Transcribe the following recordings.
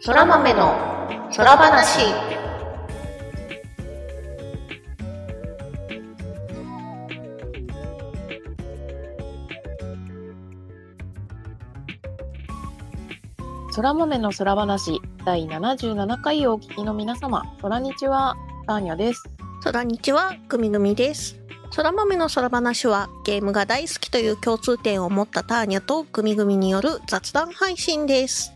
そら豆の空話。空豆の空話第77回をお聞きの皆様、こんにちは、ターニャです。そらにちは、ぐみぐみです。そら豆のそら話は、ゲームが大好きという共通点を持ったターニャとぐみぐみによる雑談配信です。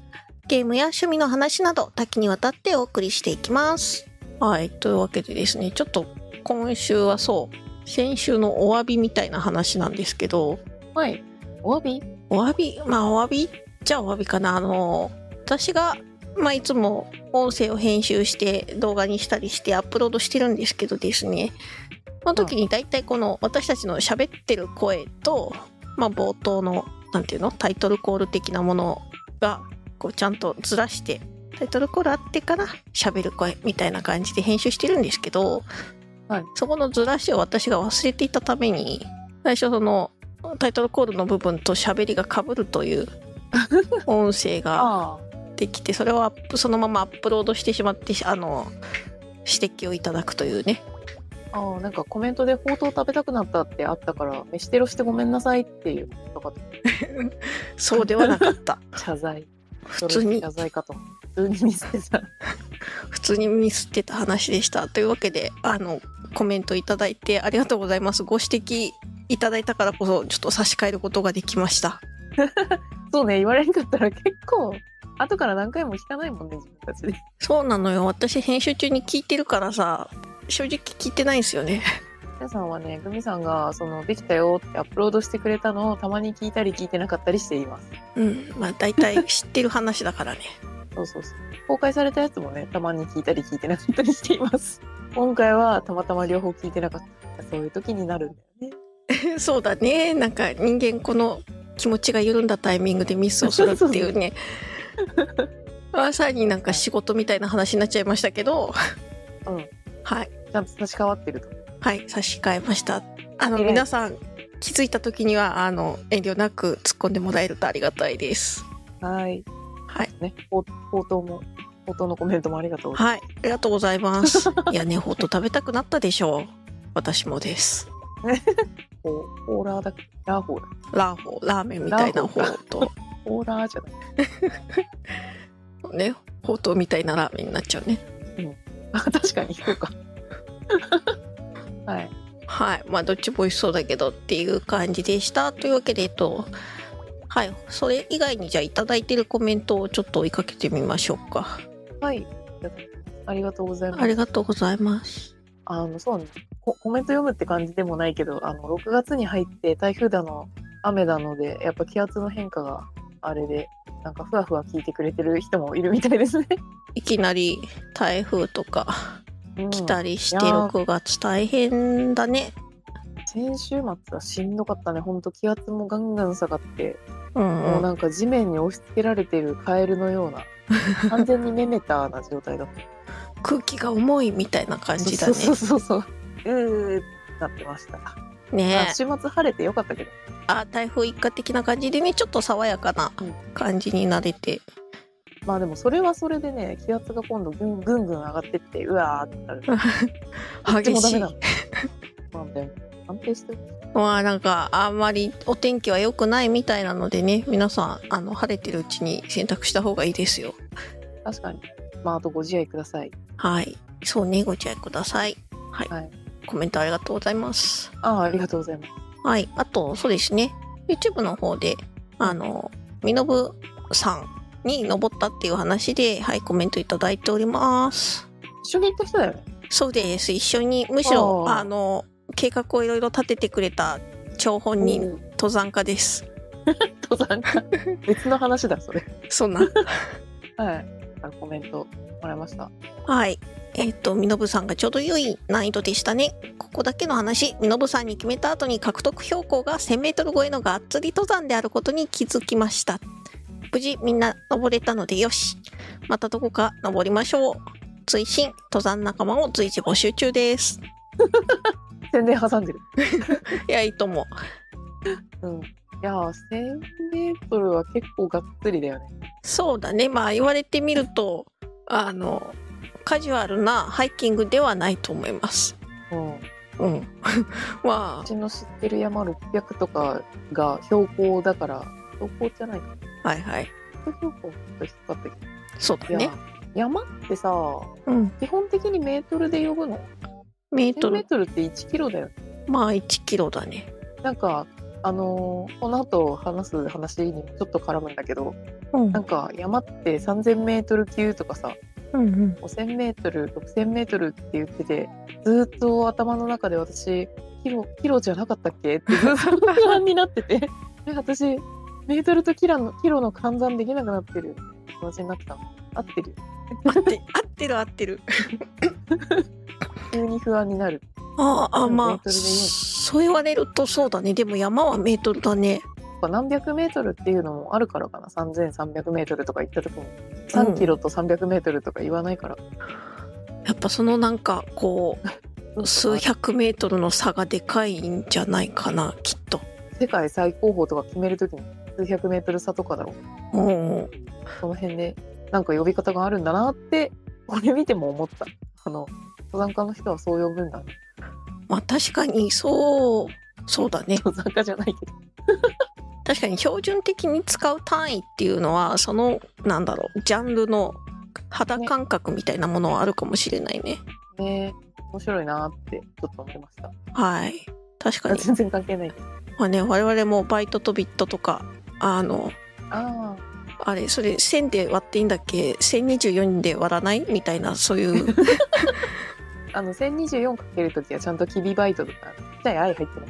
ゲームや趣味の話など多岐にわたってお送りしていきます。はい、というわけでですね、ちょっと今週はそう、先週のお詫びみたいな話なんですけど、はい、お詫びお詫び、まあお詫びじゃあお詫びかな、あの、私が、まあいつも音声を編集して動画にしたりしてアップロードしてるんですけどですね、その時に大体この私たちの喋ってる声と、まあ冒頭の、なんていうの、タイトルコール的なものが、こうちゃんとずらして、タイトルコールあってから喋る声みたいな感じで編集してるんですけど、はいそこのずらしを私が忘れていたために、最初そのタイトルコールの部分と喋りが被ると いう音声があできてそれをアップそのままアップロードしてしまってあの指摘をいただくというねあああ、なんかコメントでほうとう食べたくなったってあったから、飯テロしてごめんなさいっていうとかとそうではなかった謝罪。普通に謝罪かと。普通に見せてた。普通にミスってた話でしたというわけであのコメントいただいてありがとうございますご指摘いただいたからこそちょっと差し替えることができましたそうね、言われなかったら結構、後から何回も聞かないもんね、自分たちで。そうなのよ私編集中に聞いてるからさ正直聞いてないんですよね皆さんはね、グミさんが、その、できたよってアップロードしてくれたのをたまに聞いたり聞いてなかったりしています。うんまあ大体知ってる話だからねそうそうそう。公開されたやつもね、たまに聞いたり聞いてなかったりしてい ます。今回はたまたま両方聞いてなかった。そういう時になるんだよね。そうだねなんか人間この気持ちが緩んだタイミングでミスをするっていうねまさになんか仕事みたいな話になっちゃいましたけどうんはいちゃんと差し替わってると。はい差し替えましたあの偉い皆さん気づいた時にはあの遠慮なく突っ込んでもらえるとありがたいですはい。はいね、ほ冒頭も、冒頭のコメントもありがとう。はいありがとうございます いやねほんと食べたくなったでしょう私もですホーホーラーだっけラーホーだ。ラーホーラーメンみたいなラほーホーうとホーラーじゃない。 ねほうとうみたいなラーメンになっちゃうねあ、確かに、そう か。はい。はい、まあどっちも美味しそうだけどっていう感じでした。というわけで、えっと、はい、それ以外にじゃあいただいてるコメントをちょっと追いかけてみましょうか。はい。ありがとうございます。ありがとうございます。あの、そうねコ。コメント読むって感じでもないけど、あの、6月に入って台風だの、雨なので、やっぱ気圧の変化があれで、なんかふわふわ聞いてくれてる人もいるみたいで すね。いきなり台風とかうん来たりしていやー6月大変だね。先週末はしんどかったね。ほんと気圧もガンガン下がって、う、もうんうん、なんか地面に押し付けられてるカエルのよう な、完全にメメターな状態だった。空気が重いみたいな感じだね。そうそうそうそう。うーってなってました。ねあ週末晴れてよかったけど。あ台風一過的な感じでねちょっと爽やかなうん感じになれてまあでもそれはそれでね気圧が今度ぐんぐんぐん上がってってうわーってなる 激どっしちいもダメなのまあでも安定してほしいまあなんかあんまりお天気は良くないみたいなのでね皆さんあの晴れてるうちに洗濯した方がいいですよ確かにまああとご自愛くださいはいそうねご自愛くださいはい、はいコメントありがとうございますああありがとうございますはいあとそうですね YouTube の方であのみのぶさんに登ったっていう話ではいコメントいただいております一緒に行った人だよねそうです一緒にむしろあーあの計画をいろいろ立ててくれた張本人うん登山家です登山家 別の話だそれそんなはいあコメントもらいましたはい。えっ、と、みのぶさんがちょうど良い難易度でしたね。ここだけの話、みのぶさんに決めた後に獲得標高が1000メートル超えのがっつり登山であることに気づきました。無事みんな登れたのでよし。またどこか登りましょう。追伸、登山仲間を随時募集中です。宣伝挟んでるいや、いいと思う。うんいやー1000メートルは結構がっつりだよねそうだね。まあ言われてみると、あの、カジュアルなハイキングではないと思います。うん、ううん。 まちの知ってる山600とかが標高だから標高じゃないかあ、はいはい。標高ちょっと低かったけどそうだいねや。山ってさうん。基本的にメートルで呼ぶのメート1 0 0ル、 0ルって1キロだよねまあ1キロだね。なんかあのーこの後話す話にもちょっと絡むんだけどうん。うなんんか山って3,000メートル級とかさうん。 5,000メートル6,000メートルって言っててずーっと頭の中で私キロキロじゃなかったっけってずっと不安になっててえ私メートルとキロのキロの換算できなくなってる同じになってた合ってる合って、合ってる合って る。急に不安になるああ、あうんメーまトあ、ルでいいそう言われるとそうだね。でも山はメートルだね。やっぱ何百メートルっていうのもあるからかな3,300メートルとか言った時に3キロと300メートルとか言わないから、やっぱそのなんか、こう、数百メートルの差がでかいんじゃないかな、きっと。世界最高峰とか決める時に数百メートル差とかだろううん。その辺でなんか呼び方があるんだなってこれ見ても思ったあの登山家の人はそう呼ぶんだ ねまあ確かにそうそうだね登山家じゃないけど確かに標準的に使う単位っていうのはそのなんだろうジャンルの肌感覚みたいなものはあるかもしれないねね面白いなってちょっと思いましたはい確かあに全然関係ないけどまあね我々もバイトとビットとかあのああれそれ1000で割っていいんだっけ1024で割らないみたいなそういう ああの1024かけるときはちゃんとキビバイトとかちっちゃい愛入ってない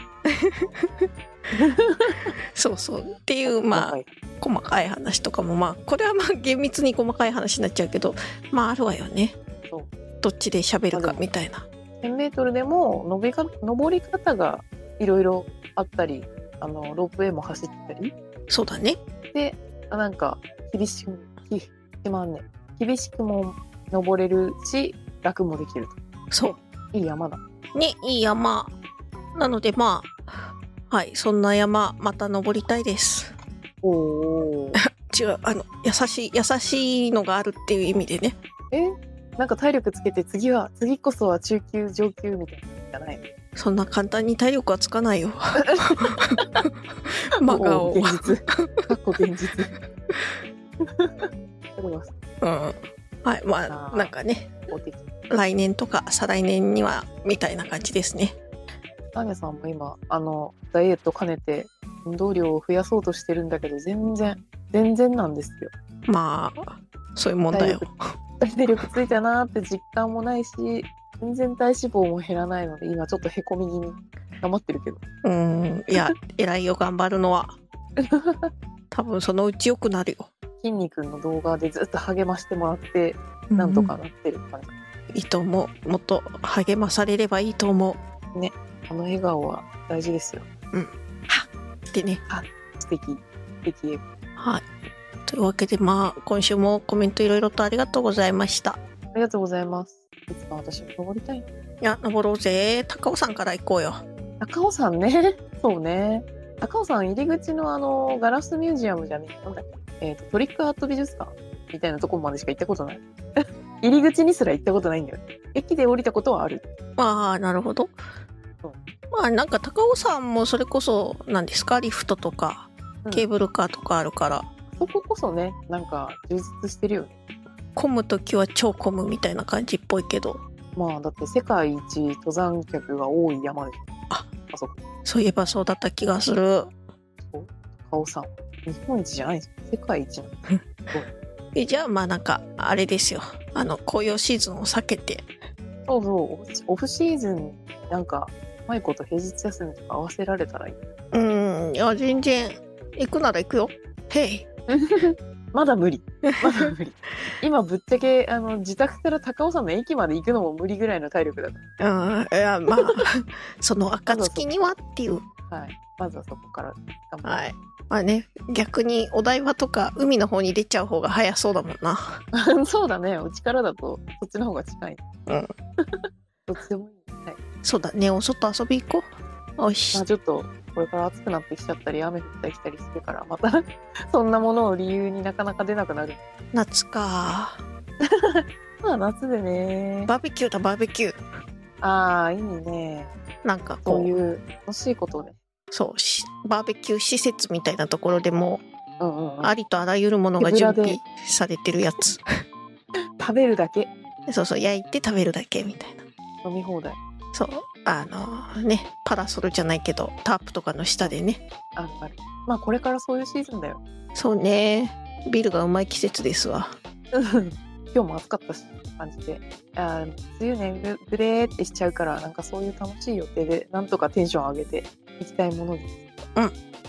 そうそうっていうまあはい細かい話とかもまあこれはまあ厳密に細かい話になっちゃうけどまああるわよねそうどっちで喋るまあかでもみたいな 1000m でも登りか登り方がいろいろあったりあのロープウェイも走ったりそうだねであなんか厳しくひ決まんね厳しくも登れるし楽もできるそうといい山だね、いい山。なのでまあ、はい、そんな山、また登りたいです。おお違う、あの、優しい、優しいのがあるっていう意味でね。えなんか体力つけて次は次こそは中級上級みたいなのじゃないのそんな簡単に体力はつか ないよ。真お顔。ー現実かっこ現実それはうん。はい、まあ、なんかね、お的来年とか再来年には、みたいな感じですね。タニャさんも今あのダイエット兼ねて運動量を増やそうとしてるんだけど全然全然なんですよまあ、そういうもんだよ。体力ついたなーって実感もないし全然体脂肪も減らないので今ちょっとへこみ気味頑張ってるけどうん。いや、偉いよ、頑張るの は。多分そのうち良くなるよ。筋肉の動画でずっと励ましてもらってなんとかなってる感じ、いいと思う。もっと励まされればいいと思あの笑顔は大事ですよう。ってね。素敵素敵笑顔はい。というわけで、まあ、今週もコメントいろいろとありがとうございました。ありがとうございますいつか私も登りたいないや、登ろうぜ。高尾山から行こうよ。高尾山ね そうね高尾山入り口のあのガラスミュージアムじゃねえなんだっけ、えーとトリックアート美術館みたいなとこまでしか行ったことない 入り口にすら行ったことないんだよ駅で降りたことはあるああ、なるほどそう。まあ、なんか高尾山もそれこそ、何ですか、リフトとかう、んケーブルカーとかあるから、そここそねなんか充実してるよね混むときは超混むみたいな感じっぽいけど、まあだって世界一登山客が多い山でああそこそういえばそうだった気がする。高尾山日本一じゃないんですよ世界一なのえじゃあ、まあなんか、あれですよ。あの、紅葉シーズンを避けて、そうそうオフシーズンなんかマイコと平日休みとか合わせられたらいいうん、いや、全然、行くなら行くよ。へい。 まだ無理まだ無理今ぶっちゃけあの自宅から高尾山の駅まで行くのも無理ぐらいの体力だかうん、いや、 まあ、その暁にはっていう。らはいまずはそこから頑張る、はい。まあね、逆にお台場とか海の方に出ちゃう方が早そうだもんな。 そうだねうちからだとそっちの方が近いうん どっちでもいい、はいそうだね、お外遊び行こう。おいしまあ、、ちょっとこれから暑くなってきちゃったり雨降ったりしたりするからまた そんなものを理由になかなか出なくなる夏かまあ夏でねバーベキューだバーベキューああいいねなんかこそうういう楽しいことをねそうしバーベキュー施設みたいなところでもうんうんうんありとあらゆるものが手ぶ準らで備されてるやつ食べるだけそうそう焼いて食べるだけみたいな飲み放題そうあのねパラソルじゃないけどタープとかの下でねあるあるまあこれからそういうシーズンだよそうねビールがうまい季節ですわうん今日も暑かったし感じであー梅雨ねぐぐれーってしちゃうからなんかそういう楽しい予定でなんとかテンション上げていきたいものです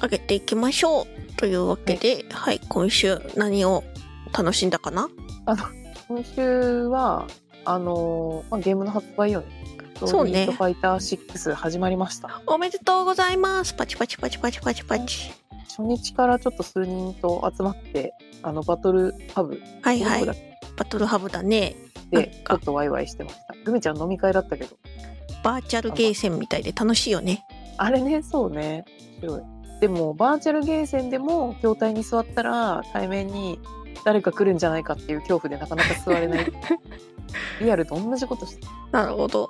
上げていきましょうというわけで、はい、今週何を楽しんだかな今週はあのーまあ、ゲームの発売よねそうねストリートファイター6始まりましたおめでとうございますパチパチパチパチパチパチ初日からちょっと数人と集まってあのバトルハブはいはどこいだっバトルハブだねてなんちょかっとワイワイしてましたグミちゃん飲み会だったけどバーチャルゲーセンみたいで楽しいよねあれね、そうね。面白い。でも、バーチャルゲーセンでも、筐体に座ったら、対面に誰か来るんじゃないかっていう恐怖でなかなか座れない。 リアルと同じことしてなるほど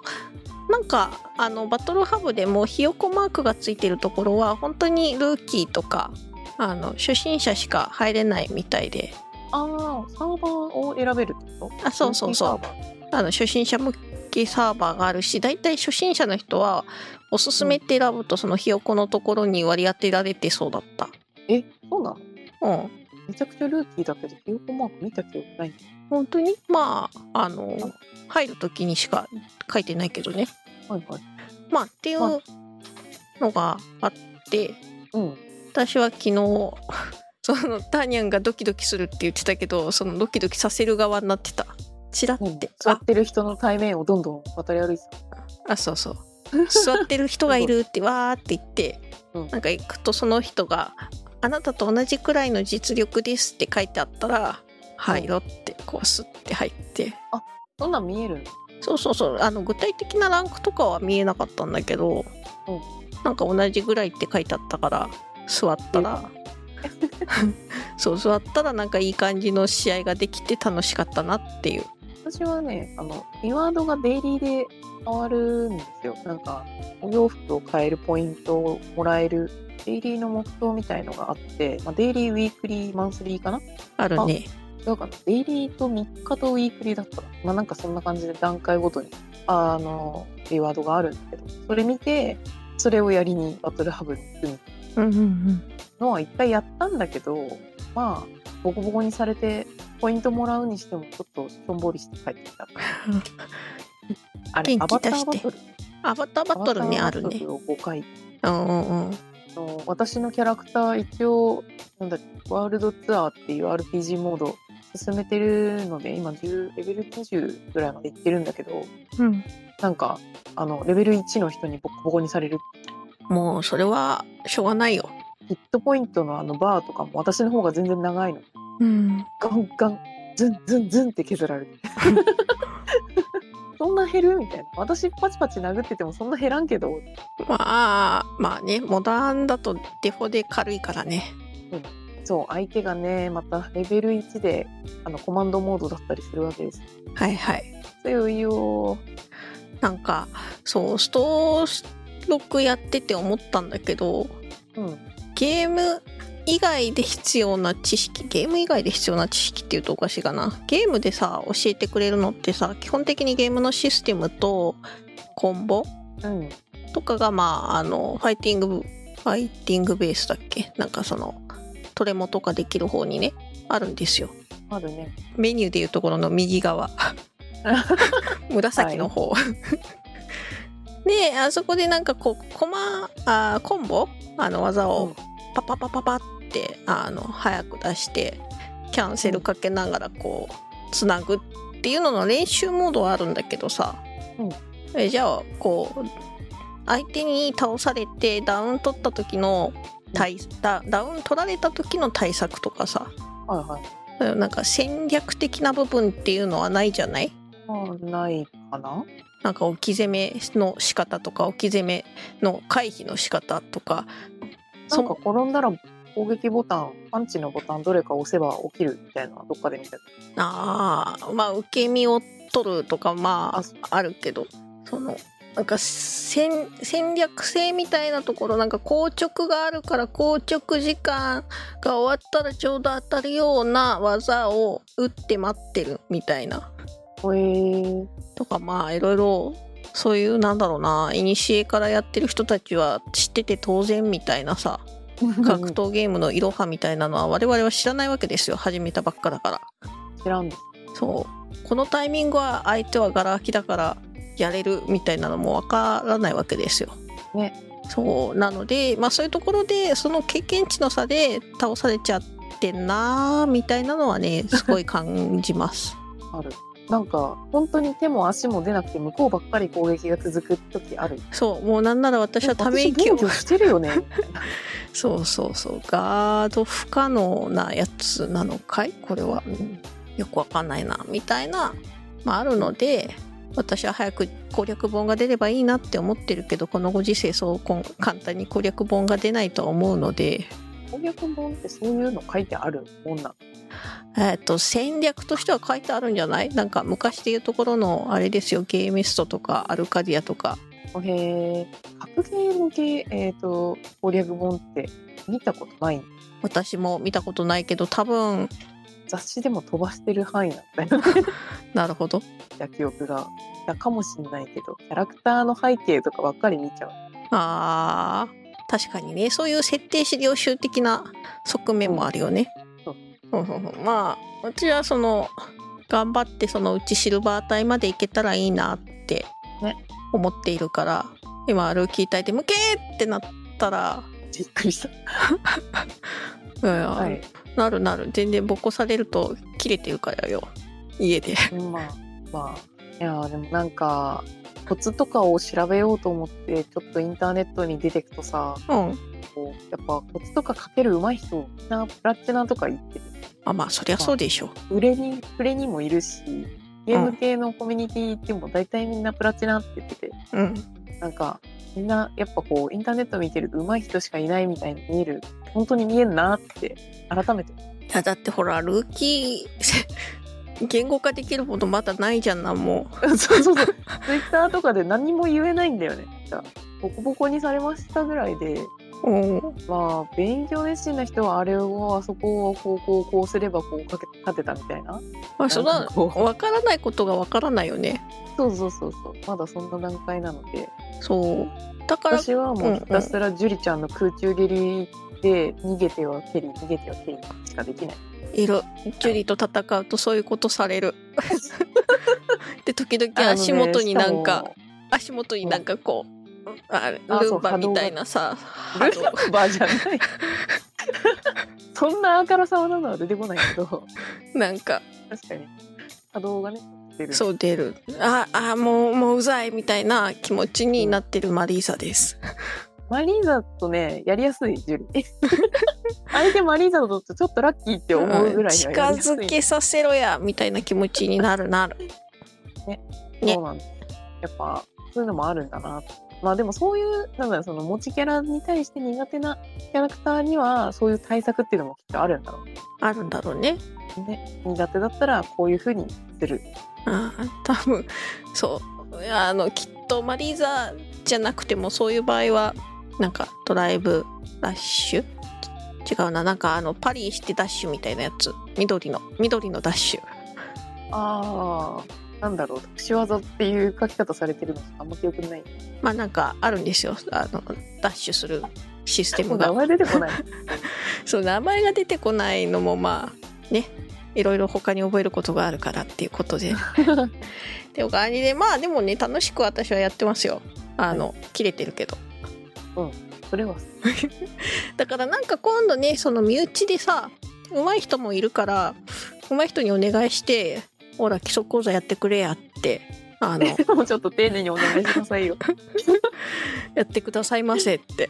なんかあのバトルハブでもひよこマークがついてるところは本当にルーキーとかあの初心者しか入れないみたいでああ、サーバーを選べるってことあそうそうそう人気サーバーあの初心者向けサーバーがあるし大体初心者の人はおすすめって選ぶとそのひよこのところに割り当てられてそうだったえ、そうなのうんめちゃくちゃルーキーだけど、ひよこマーク見た記憶ない。本当にまああの入る時にしか書いてないけどねはいはい。まあっていうまのがあってうん。私は昨日 そのターニャンがドキドキするって言ってたけどそのドキドキさせる側になってたチラうんって、座あってる人の対面をどんどん渡り歩いてあそうそう座ってる人がいる ってわーって言って、うんなんか行くとその人が「あなたと同じくらいの実力です」って書いてあったら「入ろ」ってこうスッて入ってた。そんなん見えるそうそうそうあの具体的なランクとかは見えなかったんだけど、うんなんか同じぐらいって書いてあったから座ったら。 そう座ったらなんかいい感じの試合ができて楽しかったなっていう私はねあのリワードがデイリーで変わるんですよなんかお洋服を買えるポイントをもらえるデイリーの目標みたいのがあって、まあ、デイリーウィークリーマンスリーかなあるねだからデイリーと3日とウィークリーだったらまあなんかそんな感じで段階ごとにあのリワードがあるんだけどそれ見てそれをやりにバトルハブに行くみたいうんうんうんなのは一回やったんだけどまあボコボコにされてポイントもらうにしてもちょっとしょんぼりして帰っ てきたあれ元ア気バ出タしてーバトルアバターバトルねあるアバタねーバトルを5回うんうんうんあの私のキャラクター一応なんだっけワールドツアーっていう RPG モード進めてるので今10レベル20ぐらいまでいってるんだけどうんなんかあのレベル1の人にボコボコにされるもうそれはしょうがないよ。ヒットポイントのあのバーとかも私の方が全然長いのうん。ガンガンズンズンズンって削られて そんな減るみたいな私パチパチ殴っててもそんな減らんけどまあまあねモダンだとデフォで軽いからね。そう相手がねまたレベル1であのコマンドモードだったりするわけですはいはい。強いよなんかそうスト6やってて思ったんだけどうんゲーム以外で必要な知識ゲーム以外で必要な知識っていうとおかしいかなゲームでさ教えてくれるのってさ基本的にゲームのシステムとコンボうんとかがまああのファイティングファイティングベースだっけなんかそのトレモとかできる方にねあるんですよあるねメニューでいうところの右側 紫の方、 であそこでなんかこうコマあーコンボあの技うんをパパパパパってあの早く出してキャンセルかけながらこうつなぐっていうのの練習モードはあるんだけどさ、うんえじゃあこう相手に倒されてダウン取った時の対ダダウン取られた時の対策とかさはいはいなんか戦略的な部分っていうのはないじゃないまあないかななんか置き攻めの仕方とか置き攻めの回避の仕方とかなんか転んだら攻撃ボタンパンチのボタンどれか押せば起きるみたいなどっかで見たああまあ受け身を取るとかまあそああるけどそのなんか戦戦略性みたいなところなんか硬直があるから硬直時間が終わったらちょうど当たるような技を打って待ってるみたいなほえー、とかまあいろいろそういうなんだろうな古からやってる人たちは知ってて当然みたいなさ格闘ゲームのいろはみたいなのは我々は知らないわけですよ始めたばっかだから。知らんですそうこのタイミングは相手はガラ空きだからやれるみたいなのもわからないわけですよ。ねそうなので、まあ、そういうところでその経験値の差で倒されちゃってんなーみたいなのはねすごい感じます。あるなんか本当に手も足も出なくて向こうばっかり攻撃が続く時あるそうもうなんなら私はため私息を防御してるよねそうそうそうガード不可能なやつなのかいこれは、うんよくわかんないなみたいな、まあ、あるので私は早く攻略本が出ればいいなって思ってるけどこのご時世そうこん簡単に攻略本が出ないとは思うので、攻略本ってそういうの書いてあるもんなのえっと戦略としては書いてあるんじゃないなんか昔でいうところのあれですよゲーミストとかアルカディアとかへえ格ゲーのゲー、えー、と攻略本って見たことないん私も見たことないけど多分雑誌でも飛ばしてる範囲なん だよなるほどな記憶がだかもしんないけどキャラクターの背景とかばっかり見ちゃうあー確かにねそういう設定資料集的な側面もあるよね。そうそうそうそうまあうちはその頑張ってそのうちシルバー隊まで行けたらいいなってね思っているから、今ルーキー隊で「向け!」ってなったら、びっくりしたうんはい、なるなる全然ボコされると切れてるからよ家で。まあまあいやーでもなんかコツとかを調べようと思ってちょっとインターネットに出てくとさうんこうやっぱコツとかかける上手い人みんなプラチナとか言ってるあまあそりゃそうでしょう。売れにプレにもいるしゲーム系のコミュニティでも大体みんなプラチナって言っててうん、なんかみんなやっぱこうインターネット見てると上手い人しかいないみたいに見える本当に見えんなって改めていやだってほらルーキー 言語化できるほどまだないじゃんなんもう。そう そう そう。ツイッターとかで何も言えないんだよね。なんかボコボコにされましたぐらいで、 うんまあ、勉強熱心な人はあれを、あそこをこう、こう、こうすればこうかけ、勝てたみたいな。まあ、そんなんなかこ分からないことが分からないよねそうそうそうそう。まだそんな段階なので、そうだから私はもうひたすらジュリちゃんの空中蹴りで、逃げては蹴り、逃げては蹴りしかできない。いるジュリと戦うとそういうことされ るで時々あのね足元になんか、しも足元になんかこう、あれルあそうーバみたいなさ波動ルーバーじゃない。 そんなあからさまなのは出てこないけど、なんか確かに。波動がね、出る。そう出るああもうもううざいみたいな気持ちになってるマリーサですマリーザとね、やりやすい、ジュリ。相手マリーザだとちょっとラッキーって思うぐらいに近はやりやすい。づけさせろやみたいな気持ちになるなるねそうなんです。やっぱ、そういうのもあるんだなと。まあでもそういう、なんだろう、その持ちキャラに対して苦手なキャラクターには、そういう対策っていうのもきっとあるんだろあるんだろうねうね。苦手だったら、こういうふうにする。ああ多分そうあのきっとマリーザじゃなくてもそういう場合はなんかドライブラッシュ違うななんかあのパリしてダッシュみたいなやつ緑の緑のダッシュああ、なんだろう、特殊技っていう書き方されてるのしかあんま記憶にない。まあなんかあるんですよあのダッシュするシステムもう名が前出てこない。そう名前が出てこないのもまあねいろいろ他に覚えることがあるからっていうこと でっていう感じでまあでもね楽しく私はやってますよあの切れてるけどそ れは、だからなんか今度ねその身内でさ上手い人もいるから上手い人にお願いして「ほら基礎講座やってくれや」ってあ のもうちょっと丁寧にお願いしなさいよ。やってくださいませって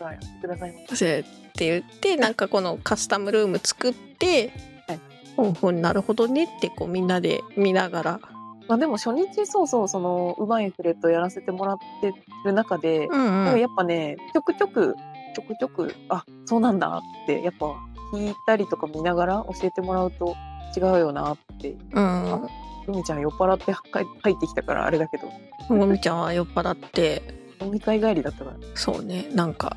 はいやってくださいませ。せって言ってなんかこのカスタムルーム作ってはい「ほんほんなるほどね」ってこうみんなで見ながらまあでも初日そうそうそのうまいフレットやらせてもらってる中で、うんでうもんやっぱねちょくちょくちょくちょくあそうなんだってやっぱ聞いたりとか見ながら教えてもらうと違うよなってうんふみちゃん酔っ払って帰入ってきたからあれだけどもみちゃんは酔っ払って飲み会帰りだったからそうねなんか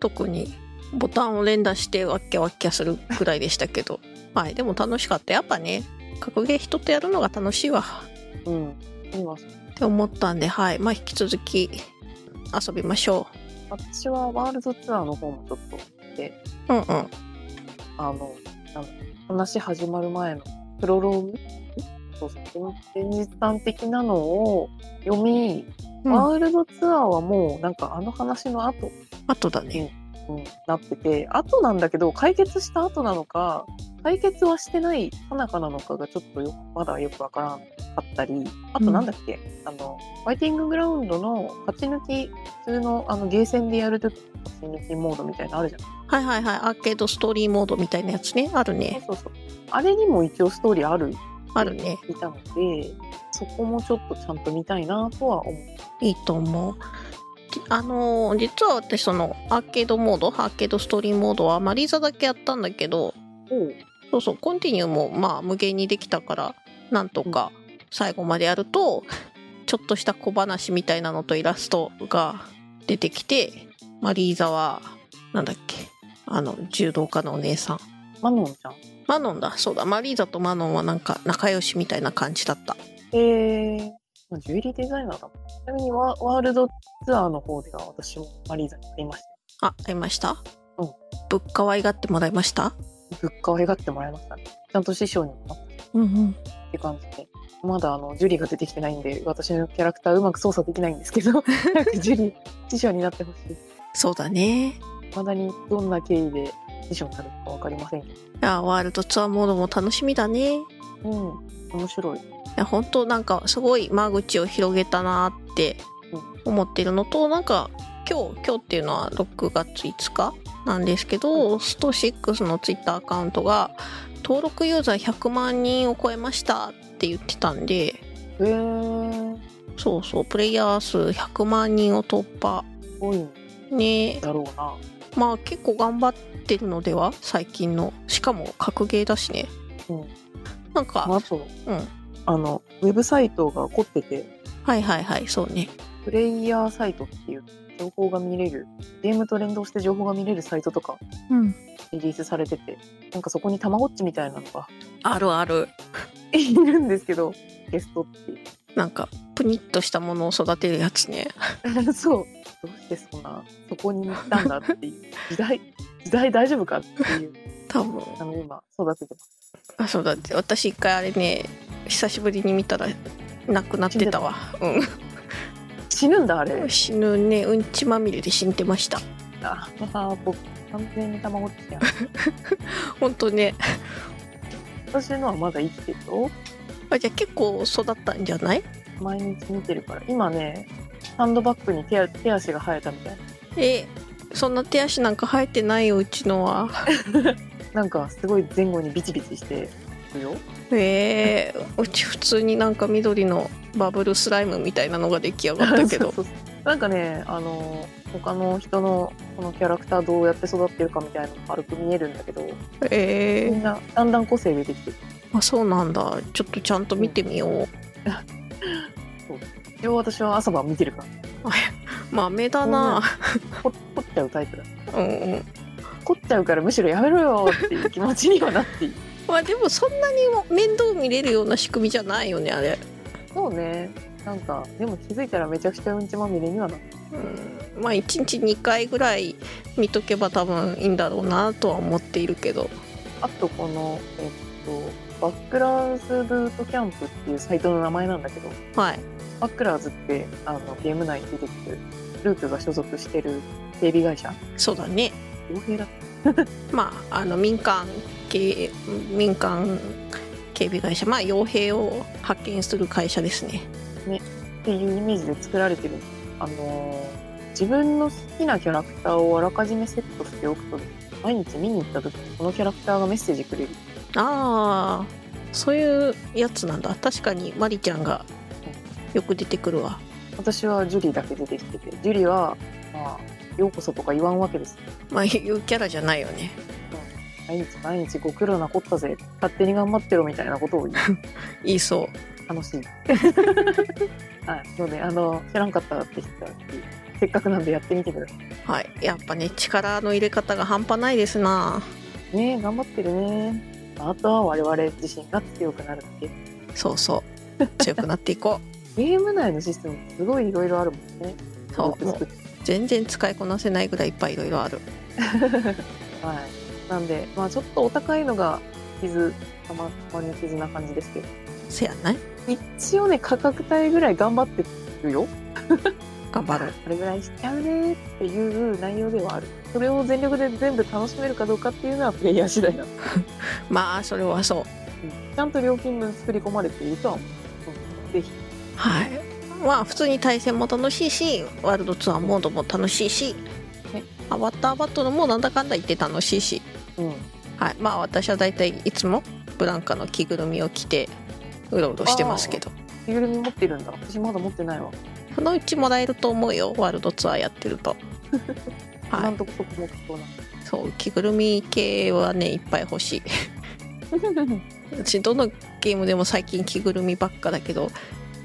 特にボタンを連打してワッキャワッキャするぐらいでしたけど はいでも楽しかったやっぱね格ゲー人とやるのが楽しいわうん今って思ったんではいまあ引き続き遊びましょ私はワールドツアーの方もちょっとううんうんあのなんだ話始まる前のプロローグそうそう前日談的なのを読み、ワあールドツアーはもうなんかあの話の後とだねうん、なってて後なんだけど解決した後なのか解決はしてないさなかなのかがちょっとよまだよくわからんかったりあとなんだっけ、あのファイティンググラウンドの勝ち抜き普通のあのゲーセンでやるとき勝ち抜きモードみたいなのあるじゃんはいはいはいアーケードストーリーモードみたいなやつねあるねそうそうそうあれにも一応ストーリーあるあるねいたのでそこもちょっとちゃんと見たいなとは思ういいと思うきあのー実は私そのアーケードモードアーケードストーリーモードはマリーザだけやったんだけどそうそうコンティニューもまあ無限にできたからなんとか最後までやるとちょっとした小話みたいなのとイラストが出てきてマリーザはなんだっけあの柔道家のお姉さんマノンちゃんマノンだそうだマリーザとマノンはなんか仲良しみたいな感じだったえー、まあジュエリーデザイナーだもんちなみにワワールドツアーの方では私もマリーザに買いましあ会いましたうんぶっかわいがってもらいましたた物価を描ってもらいましたねちゃんと師匠にもなったうんうんって感じでまだあのジュリーが出てきてないんで私のキャラクターうまく操作できないんで すけど早くジュリー師匠になってほしいそうだねまだにどんな経緯で師匠になるのか分かりませんけいやワールドツアーモードも楽しみだねいどうん面白いや本当なんかすごい間口を広げたなって思ってるのとなんか今日今日っていうのは6月5日なんですけど、スト6のツイッターアカウントが登録ユーザー100万人を超えましたって言ってたんでへえー、そうそうプレイヤー数100万人を突破すごいんねだろうなまあ結構頑張ってるのでは最近のしかも格ゲーだしね、うんなんか、まあ、あとうんあのウェブサイトが凝っててはいはいはいそうねプレイヤーサイトっていう情報が見れるゲームと連動して情報が見れるサイトとかうんリリースされててなんかそこにたまごっちみたいなのが あるあるいるんですけどゲストっていなんかプニッとしたものを育てるやつねう そうどうしてそんなそこに行ったんだっていう時代時代大丈夫かっていう多分あの今育ててますあそうだって私一回あれね久しぶりに見たらなくなってたわ死ぬんだあうれん死ぬねうんちまみれで死んでましたああ僕完全にたまごっちやん本当ね私のはまだ生きてるよあじゃあ結構育ったんじゃない毎日見てるから今ねハンドバッグに手手足が生えたみたいなえそんな手足なんか生えてないようちのはなんかすごい前後にビチビチしてる よえー、うち普通になんか緑のバブルスライムみたいなのが出来上がったけど そうそうそうなんかねあの他の人のこのキャラクターどうやって育ってるかみたいなの軽く見えるんだけどえみーんなだんだん個性出てきてるあそうなんだちょっとちゃんと見てみよう一応私は朝晩見てるから 豆だな凝凝っちゃうタイプだうんうん凝っちゃうからむしろやめろよっていう気持ちには なっているまあでもそんなにも面倒見れるような仕組みじゃないよねあれそうねなんかでも気づいたらめちゃくちゃうんちまみれにはなってうんまあ1日2回ぐらい見とけば多分いいんだろうなとは思っているけどあとこのえっとバックラーズブートキャンプっていうサイトの名前なんだけどはいバックラーズってあのゲーム内に出てくるルークが所属してる警備会社そうだね傭兵だっまああの民間系民間警備会社まあ傭兵を派遣する会社ですねっていうイメージで作られてるあのー自分の好きなキャラクターをあらかじめセットしておくと毎日見に行った時にこのキャラクターがメッセージくれるあそういうやつなんだ確かにマリちゃんがよく出てくるわ私はジュリーだけ出てきててジュリーは、まあ、ようこそとか言わんわけですまあいうキャラじゃないよね毎日毎日ご苦労なこったぜ勝手に頑張ってろみたいなことを言う言いそう楽しいはいのであの知らんかったって人はぜひせっかくなんでやってみてくださはい、やっぱね力の入れ方が半端ないですないねえ頑張ってるねあとは我々自身が強くなるだけそうそう強くなっていこゲーム内のシステムってすごいいろいろあるもんねうそうもう 全然使いこなせないぐらいいっぱいいろいろあるはい、なんで、まあ、ちょっとお高いのが傷たまたまに傷な感じですけどせやない一応ね価格帯ぐらい頑張ってるよ頑張ろうこれぐらいしちゃうねっていう内容ではあるそれを全力で全部楽しめるかどうかっていうのはプレイヤー次第だ、まあそれはそうちゃんと料金分作り込まれているとは思う、うんぜひはいまあ普通に対戦も楽しいしワールドツアーモードも楽しいしねアバターバトルもなんだかんだ言って楽しいし、うんはい、まあ私は大体いつもブランカの着ぐるみを着てうろうろしてますけど着ぐるみ持ってるんだ私まだ持ってないわ、そのうちもらえると思うよワールドツアーやってるとなはんとこそこもきそうなんいそう着ぐるみ系はねいっぱい欲しい で私どのゲームでも最近着ぐるみばっかだけど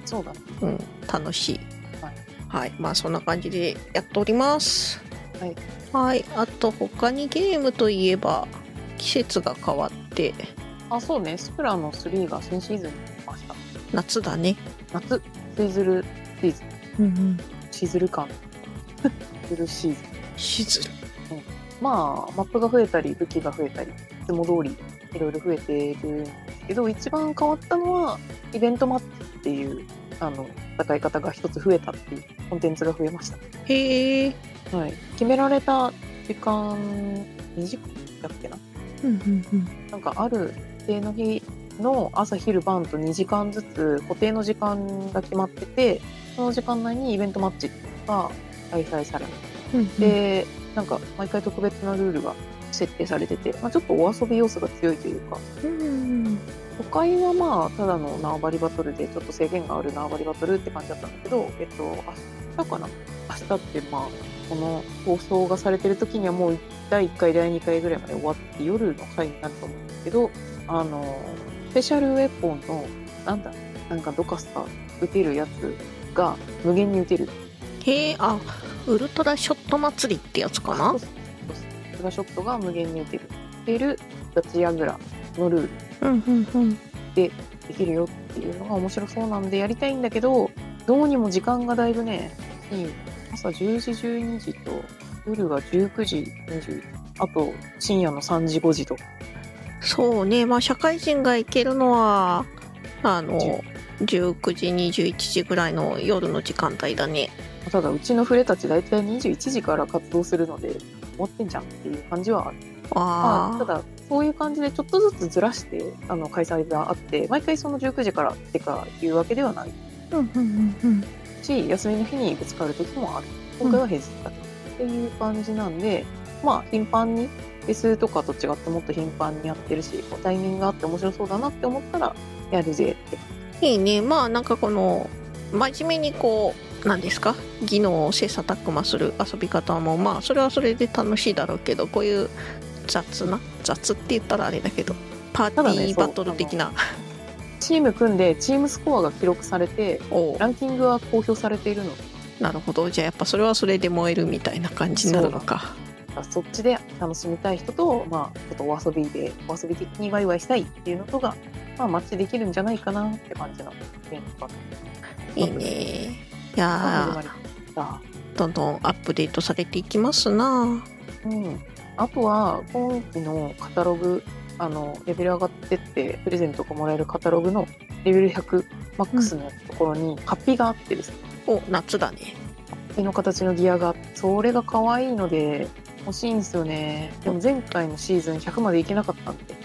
そうだねうん、楽しい。はいはい、まあそんな感じでやっております。はい。はい、あと他にゲームといえば季節が変わってあそうねスプラの3が新シーズンに出ました夏だね。夏ツイズルシーズンうんうん。シズル感シズルシーズンシズル。まあマップが増えたり武器が増えたりいつも通りいろいろ増えてるんですけど一番変わったのはイベントマッチっていうあの戦い方が一つ増えたっていうコンテンツが増えましへえ。た、はい、決められた時間2時間だっけなうんうんうん。なんかある固定の日の朝昼晩と2時間ずつ固定の時間が決まっててその時間内にイベントマッチが開催されまで、すで、なんか毎回特別なルールが設定されてて、まあ、ちょっとお遊び要素が強いというかうんうん都会はまあただの縄張りバトルでちょっと制限がある縄張りバトルって感じだったんだけど、えっと、明日かな明日ってまあこの放送がされてる時にはもう第1回第2回ぐらいまで終わって夜の回になると思うんですけどあのスペシャルウェポンのなんだなんかどかした打てるやつが無限に打てるへえ。あ、ウルトラショット祭りってやつかなそう。そうそうスガショットが無限に打てるってるガチヤグラのルールうんうんうん。できるよっていうのが面白そうなんでやりたいんだけどどうにも時間がだいぶねいい朝10時12時と夜が19時20あと深夜の3時5時とそうね、まあ社会人が行けるのはあの19時21時ぐらいの夜の時間帯だね。ただうちのフレたち大体21時から活動するので終わってんじゃんっていう感じはあるあまあ、あ。ただそういう感じでちょっとずつずらしてあの開催があって毎回その19時からってかいうわけではないうんうんうんうんし休みの日にぶつかる時もある今回は平日だけ、っていう感じなんでまあ頻繁にフェスとかと違ってもっと頻繁にやってるしこうタイミングがあって面白そうだなって思ったらやるぜっていいねまあなんかこの真面目にこう何ですか技能を切磋琢磨する遊び方もまあそれはそれで楽しいだろうけどこういう雑な雑って言ったらあれだけどパーテただィねーそうバトル的な、チーム組んでチームスコアが記録されておうランキングは公表されているのなるほどじゃあやっぱそれはそれで燃えるみたいな感じになるのかそっちで楽しみたい人と、まあ、ちょっとお遊びで、お遊び的にワイワイしたいっていうのとが、まあ、マッチできるんじゃないかなって感じのイベントかいいねいなや始まりました。ーどんどんアップデートされていきますなうん。あとは、今期のカタログ、あの、レベル上がってって、プレゼントがもらえるカタログのレベル100マックスのところに、ハッピーがあってですね、お夏だねハッピーの形のギアがあって、それが可愛いので、欲しいんですよね。でも前回のシーズン100までいけなかったんで、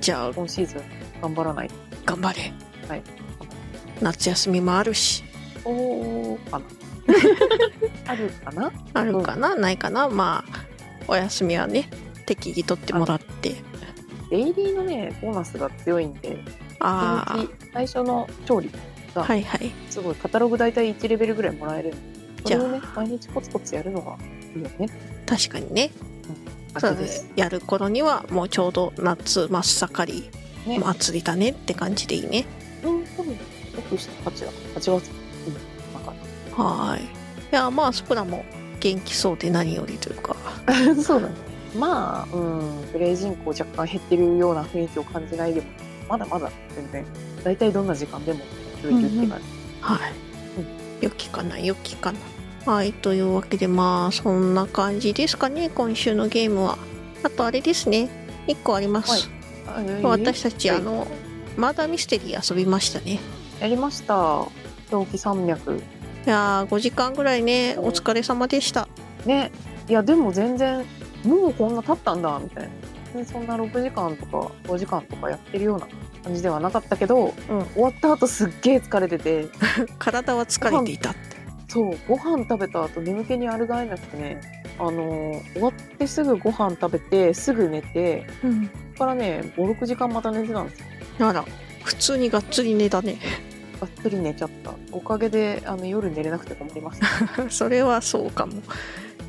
じゃあ今シーズン頑張らないと頑張れ、はい夏休みもあるしおーかな あるかなあるかな、ないかなまあお休みはね適宜取ってもらってデイリーのねボーナスが強いんであ一日最初の調理あがはいはいすごいカタログ大体1レベルぐらいもらえるんでそじゃれあをね毎日コツコツやるのがいいよね確かにねそうですやる頃にはもうちょうど夏真っ盛り、ね祭りだねって感じでいいねうん多分6 7 8だ8月うんなんかはーいいやまあスプラも元気そうで何よりというかそうだねまあうんプレイ人口若干減ってるような雰囲気を感じないでもまだまだ全然大体どんな時間でも人いるって感じ、はい、う良きかな良きかなはいというわけでまあそんな感じですかね今週のゲームはあとあれですね1個あります、はいあ私たちあはいのマーダーミステリー遊びましたねやりました狂気山脈いやー5時間ぐらいねお疲れ様でしたねいやでも全然もうこんな経ったんだみたいな全然そんな6時間とか5時間とかやってるような感じではなかったけど、うん終わった後すっげえ疲れてて体は疲れていたってそうご飯食べた後眠気にあるがえなくてねあのー終わってすぐご飯食べてすぐ寝てうんそこからね56時間また寝てたんですよあら普通にがっつり寝たね がっつり寝ちゃったおかげであの夜寝れなくて困り ましたそれはそうかも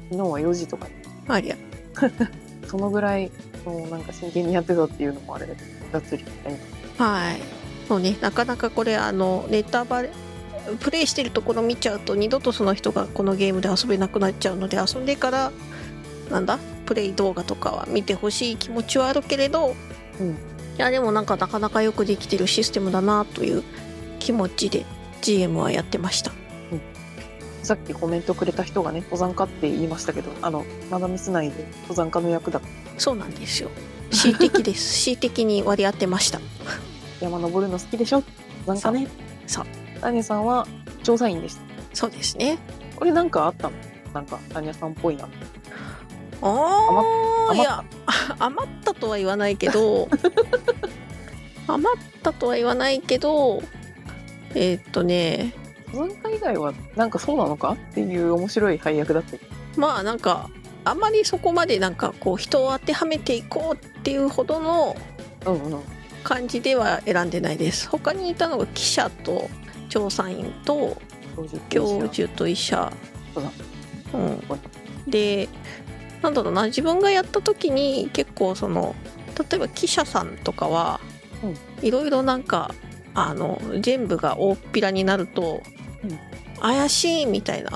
昨日は4時とかありゃそのぐらいもうなんか真剣にやってたっていうのもあれだけどがっつり寝たはいそうねなかなかこれあのネタバレプレイしてるところ見ちゃうと二度とその人がこのゲームで遊べなくなっちゃうので遊んでからなんだプレイ動画とかは見てほしい気持ちはあるけれど、うんいやでもなんかなかなかよくできてるシステムだなという気持ちで GM はやってましたさっきコメントくれた人がね登山家って言いましたけどあのマダミス内で登山家の役だったそうなんですよ恣意的です恣意的に割り当てました山登るの好きでしょ登山家ねそうアニャさんは調査員でしたそうですねこれなんかあったのなんかアニャさんっぽいなああ余っいや あ余ったとは言わないけ ど余ったとは言わないけどえーっとね登山家以外はなんかそうなのかっていう面白い配役だったけどまあなんかあんまりそこまでなんかこう人を当てはめていこうっていうほどのうんうん感じでは選んでないです他にいたのが記者と調査員と教授教授と医者そうだうん、でなんだろうな自分がやった時に結構その例えば記者さんとかはうんいろいろなんかあの全部が大っぴらになると、うん怪しいみたい な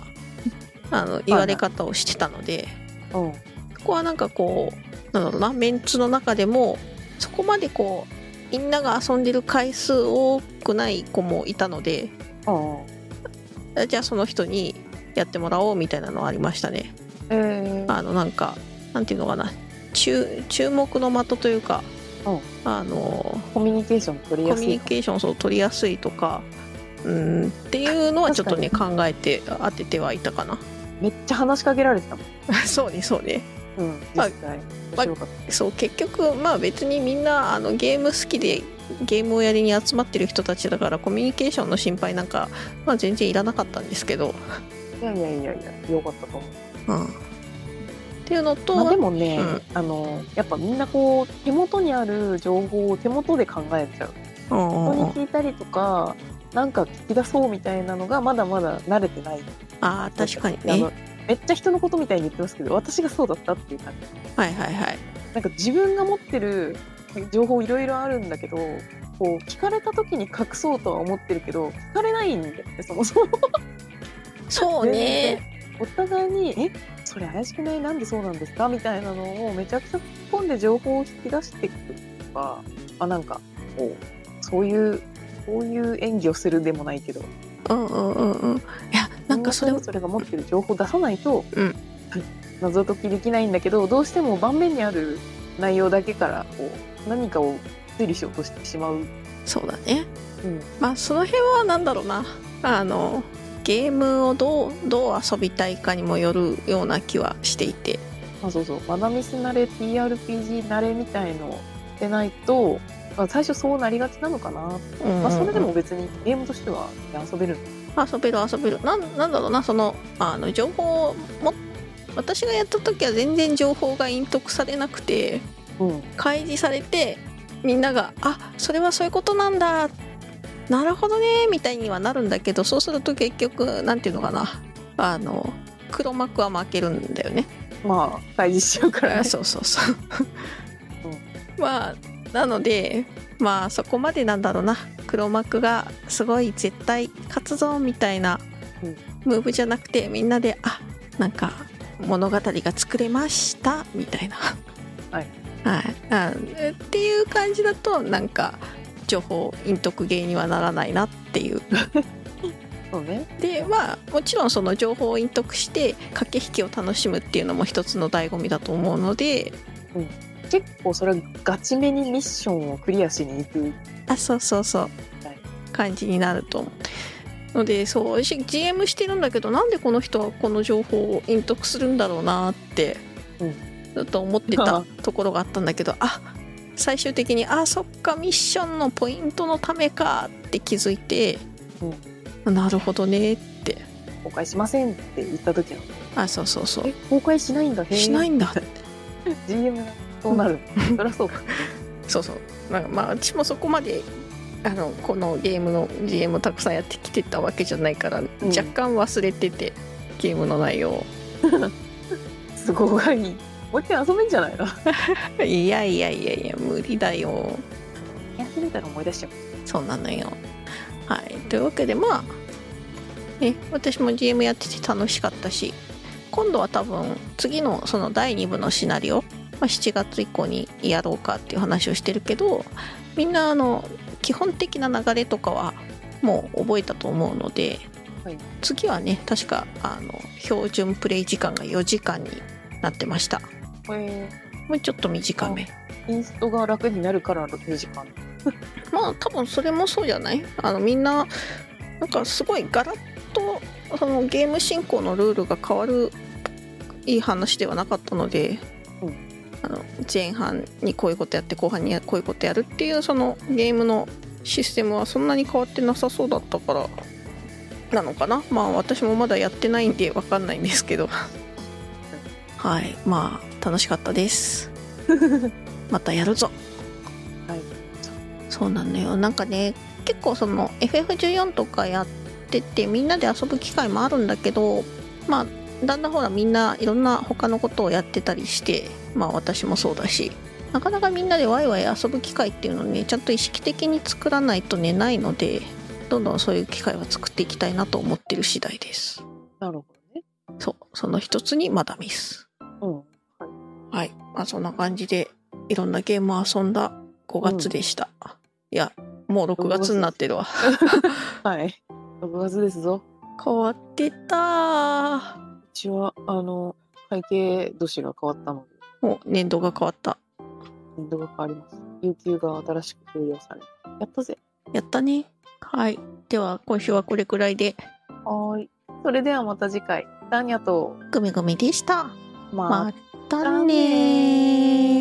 あの言われ方をしてたのでうんそこはなんかこうなんだろうなメンツの中でもそこまでこうみんなが遊んでる回数多くない子もいたのでうんうんじゃあその人にやってもらおうみたいなのはありましたね。えーあのなんかなんていうのかな注注目の的というか、うんあのコミュニケーション取りコやミすュいニケーションをそう取りやすいとかうんっていうのはちょっとね考えて当ててはいたか なめっちゃ話しかけられてたもんそうねそうねうん実まあ際面白かっそう結局まあ別にみんなあのゲーム好きでゲームをやりに集まってる人たちだからコミュニケーションの心配なんか、まあ、全然いらなかったんですけど、たいやいやいやいやよかったと思ううん、っていうのと、まあ、でもね、うんあのやっぱみんなこう手元にある情報を手元で考えちゃううんうんう人んに聞いたりとかなんか聞き出そうみたいなのがまだまだ慣れてないあー確かにあねのめっちゃ人のことみたいに言ってますけど私がそうだったっていう感じはいはいはいなんか自分が持ってる情報いろいろあるんだけどこう聞かれた時に隠そうとは思ってるけど聞かれないんだよねそもそもそうねお互いに「えそれ怪しくないなんでそうなんですか?」みたいなのをめちゃくちゃ突っ込んで情報を引き出していくとかあなんかこうそういうこういう演技をするでもないけどうんうんうんうんいやなんかそれみぞれが持ってる情報を出さないと、うん謎解きできないんだけどどうしても盤面にある内容だけからこう何かを推理しようとしてしまう、そうだねうん、まあその辺はなんだろうなあのゲームをどうどう遊びたいかにもよるような気はしていてあそうそうマナミス慣れ TRPG 慣れみたいのでないと、まあ、最初そうなりがちなのかな、うんうんうんまあ、それでも別にゲームとしては遊べる遊べる遊べるなんなんだろうなそのあの情報をも私がやった時は全然情報が隠匿されなくてうん開示されてみんなが「あそれはそういうことなんだなるほどね」みたいにはなるんだけどそうすると結局なんていうのかなあの黒幕は負けるんだよね。まあ対峙しちゃうから、ねあ、 そうそうそう、まあなのでまあそこまでなんだろうな黒幕がすごい絶対勝つぞみたいなうんムーブじゃなくてみんなであなんか物語が作れましたみたいなはい、はい、あっていう感じだとなんか情報陰徳芸にはならないなっていうそうねでまあもちろんその情報を隠匿して駆け引きを楽しむっていうのも一つの醍醐味だと思うので結構それはガチめにミッションをクリアしに行くあそうそうそう、はい感じになると思うのでそう私 GM してるんだけどなんでこの人はこの情報を隠匿するんだろうなって、うんずっと思ってたところがあったんだけどあ最終的にあそっかミッションのポイントのためかって気づいて、なるほどねって公開しませんって言った時のあそうそうそえう公開しないんだへーしないんだ GM がそうなる、そりゃそうだそうそうまあ、まあ、私もそこまであのこのゲームの GM をたくさんやってきてたわけじゃないから、若干忘れててゲームの内容をすごいもう一回遊べんじゃないのいやいやいやいや無理だよ休めたら思い出しちゃうそんなのよはいというわけでまあね私も GM やってて楽しかったし今度は多分次のその第2部のシナリオ、まあ、7月以降にやろうかっていう話をしてるけどみんなあの基本的な流れとかはもう覚えたと思うので、はい次はね確かあの標準プレイ時間が4時間になってましたこれもうちょっと短めインストが楽になるから4時間 まあ多分それもそうじゃないあのみんななんかすごいガラッとそのゲーム進行のルールが変わるいい話ではなかったので、うんあの前半にこういうことやって後半にこういうことやるっていうそのゲームのシステムはそんなに変わってなさそうだったからなのかなまあ私もまだやってないんでわかんないんですけどはいまあ楽しかったです。またやるぞそうなのよなんかね結構その FF14 とかやっててみんなで遊ぶ機会もあるんだけどまあだんだんほらみんないろんな他のことをやってたりしてまあ私もそうだしなかなかみんなでワイワイ遊ぶ機会っていうのをねちゃんと意識的に作らないとねないのでどんどんそういう機会は作っていきたいなと思ってる次第ですなるほそうその一つにまだミスどねはい。まあそんな感じで、いろんなゲームを遊んだ5月でした。いや、もう6月になってるわ。うん はい6月ですぞ変わってたーうちはあの会計年が変わったのでもう年度が変わった。年度が変わります有給が新しく給与されるやったぜやったね。はい。では、今週はこれくらいで、はーいそれではまた次回ダニャとグミグミでした。ままあたねー。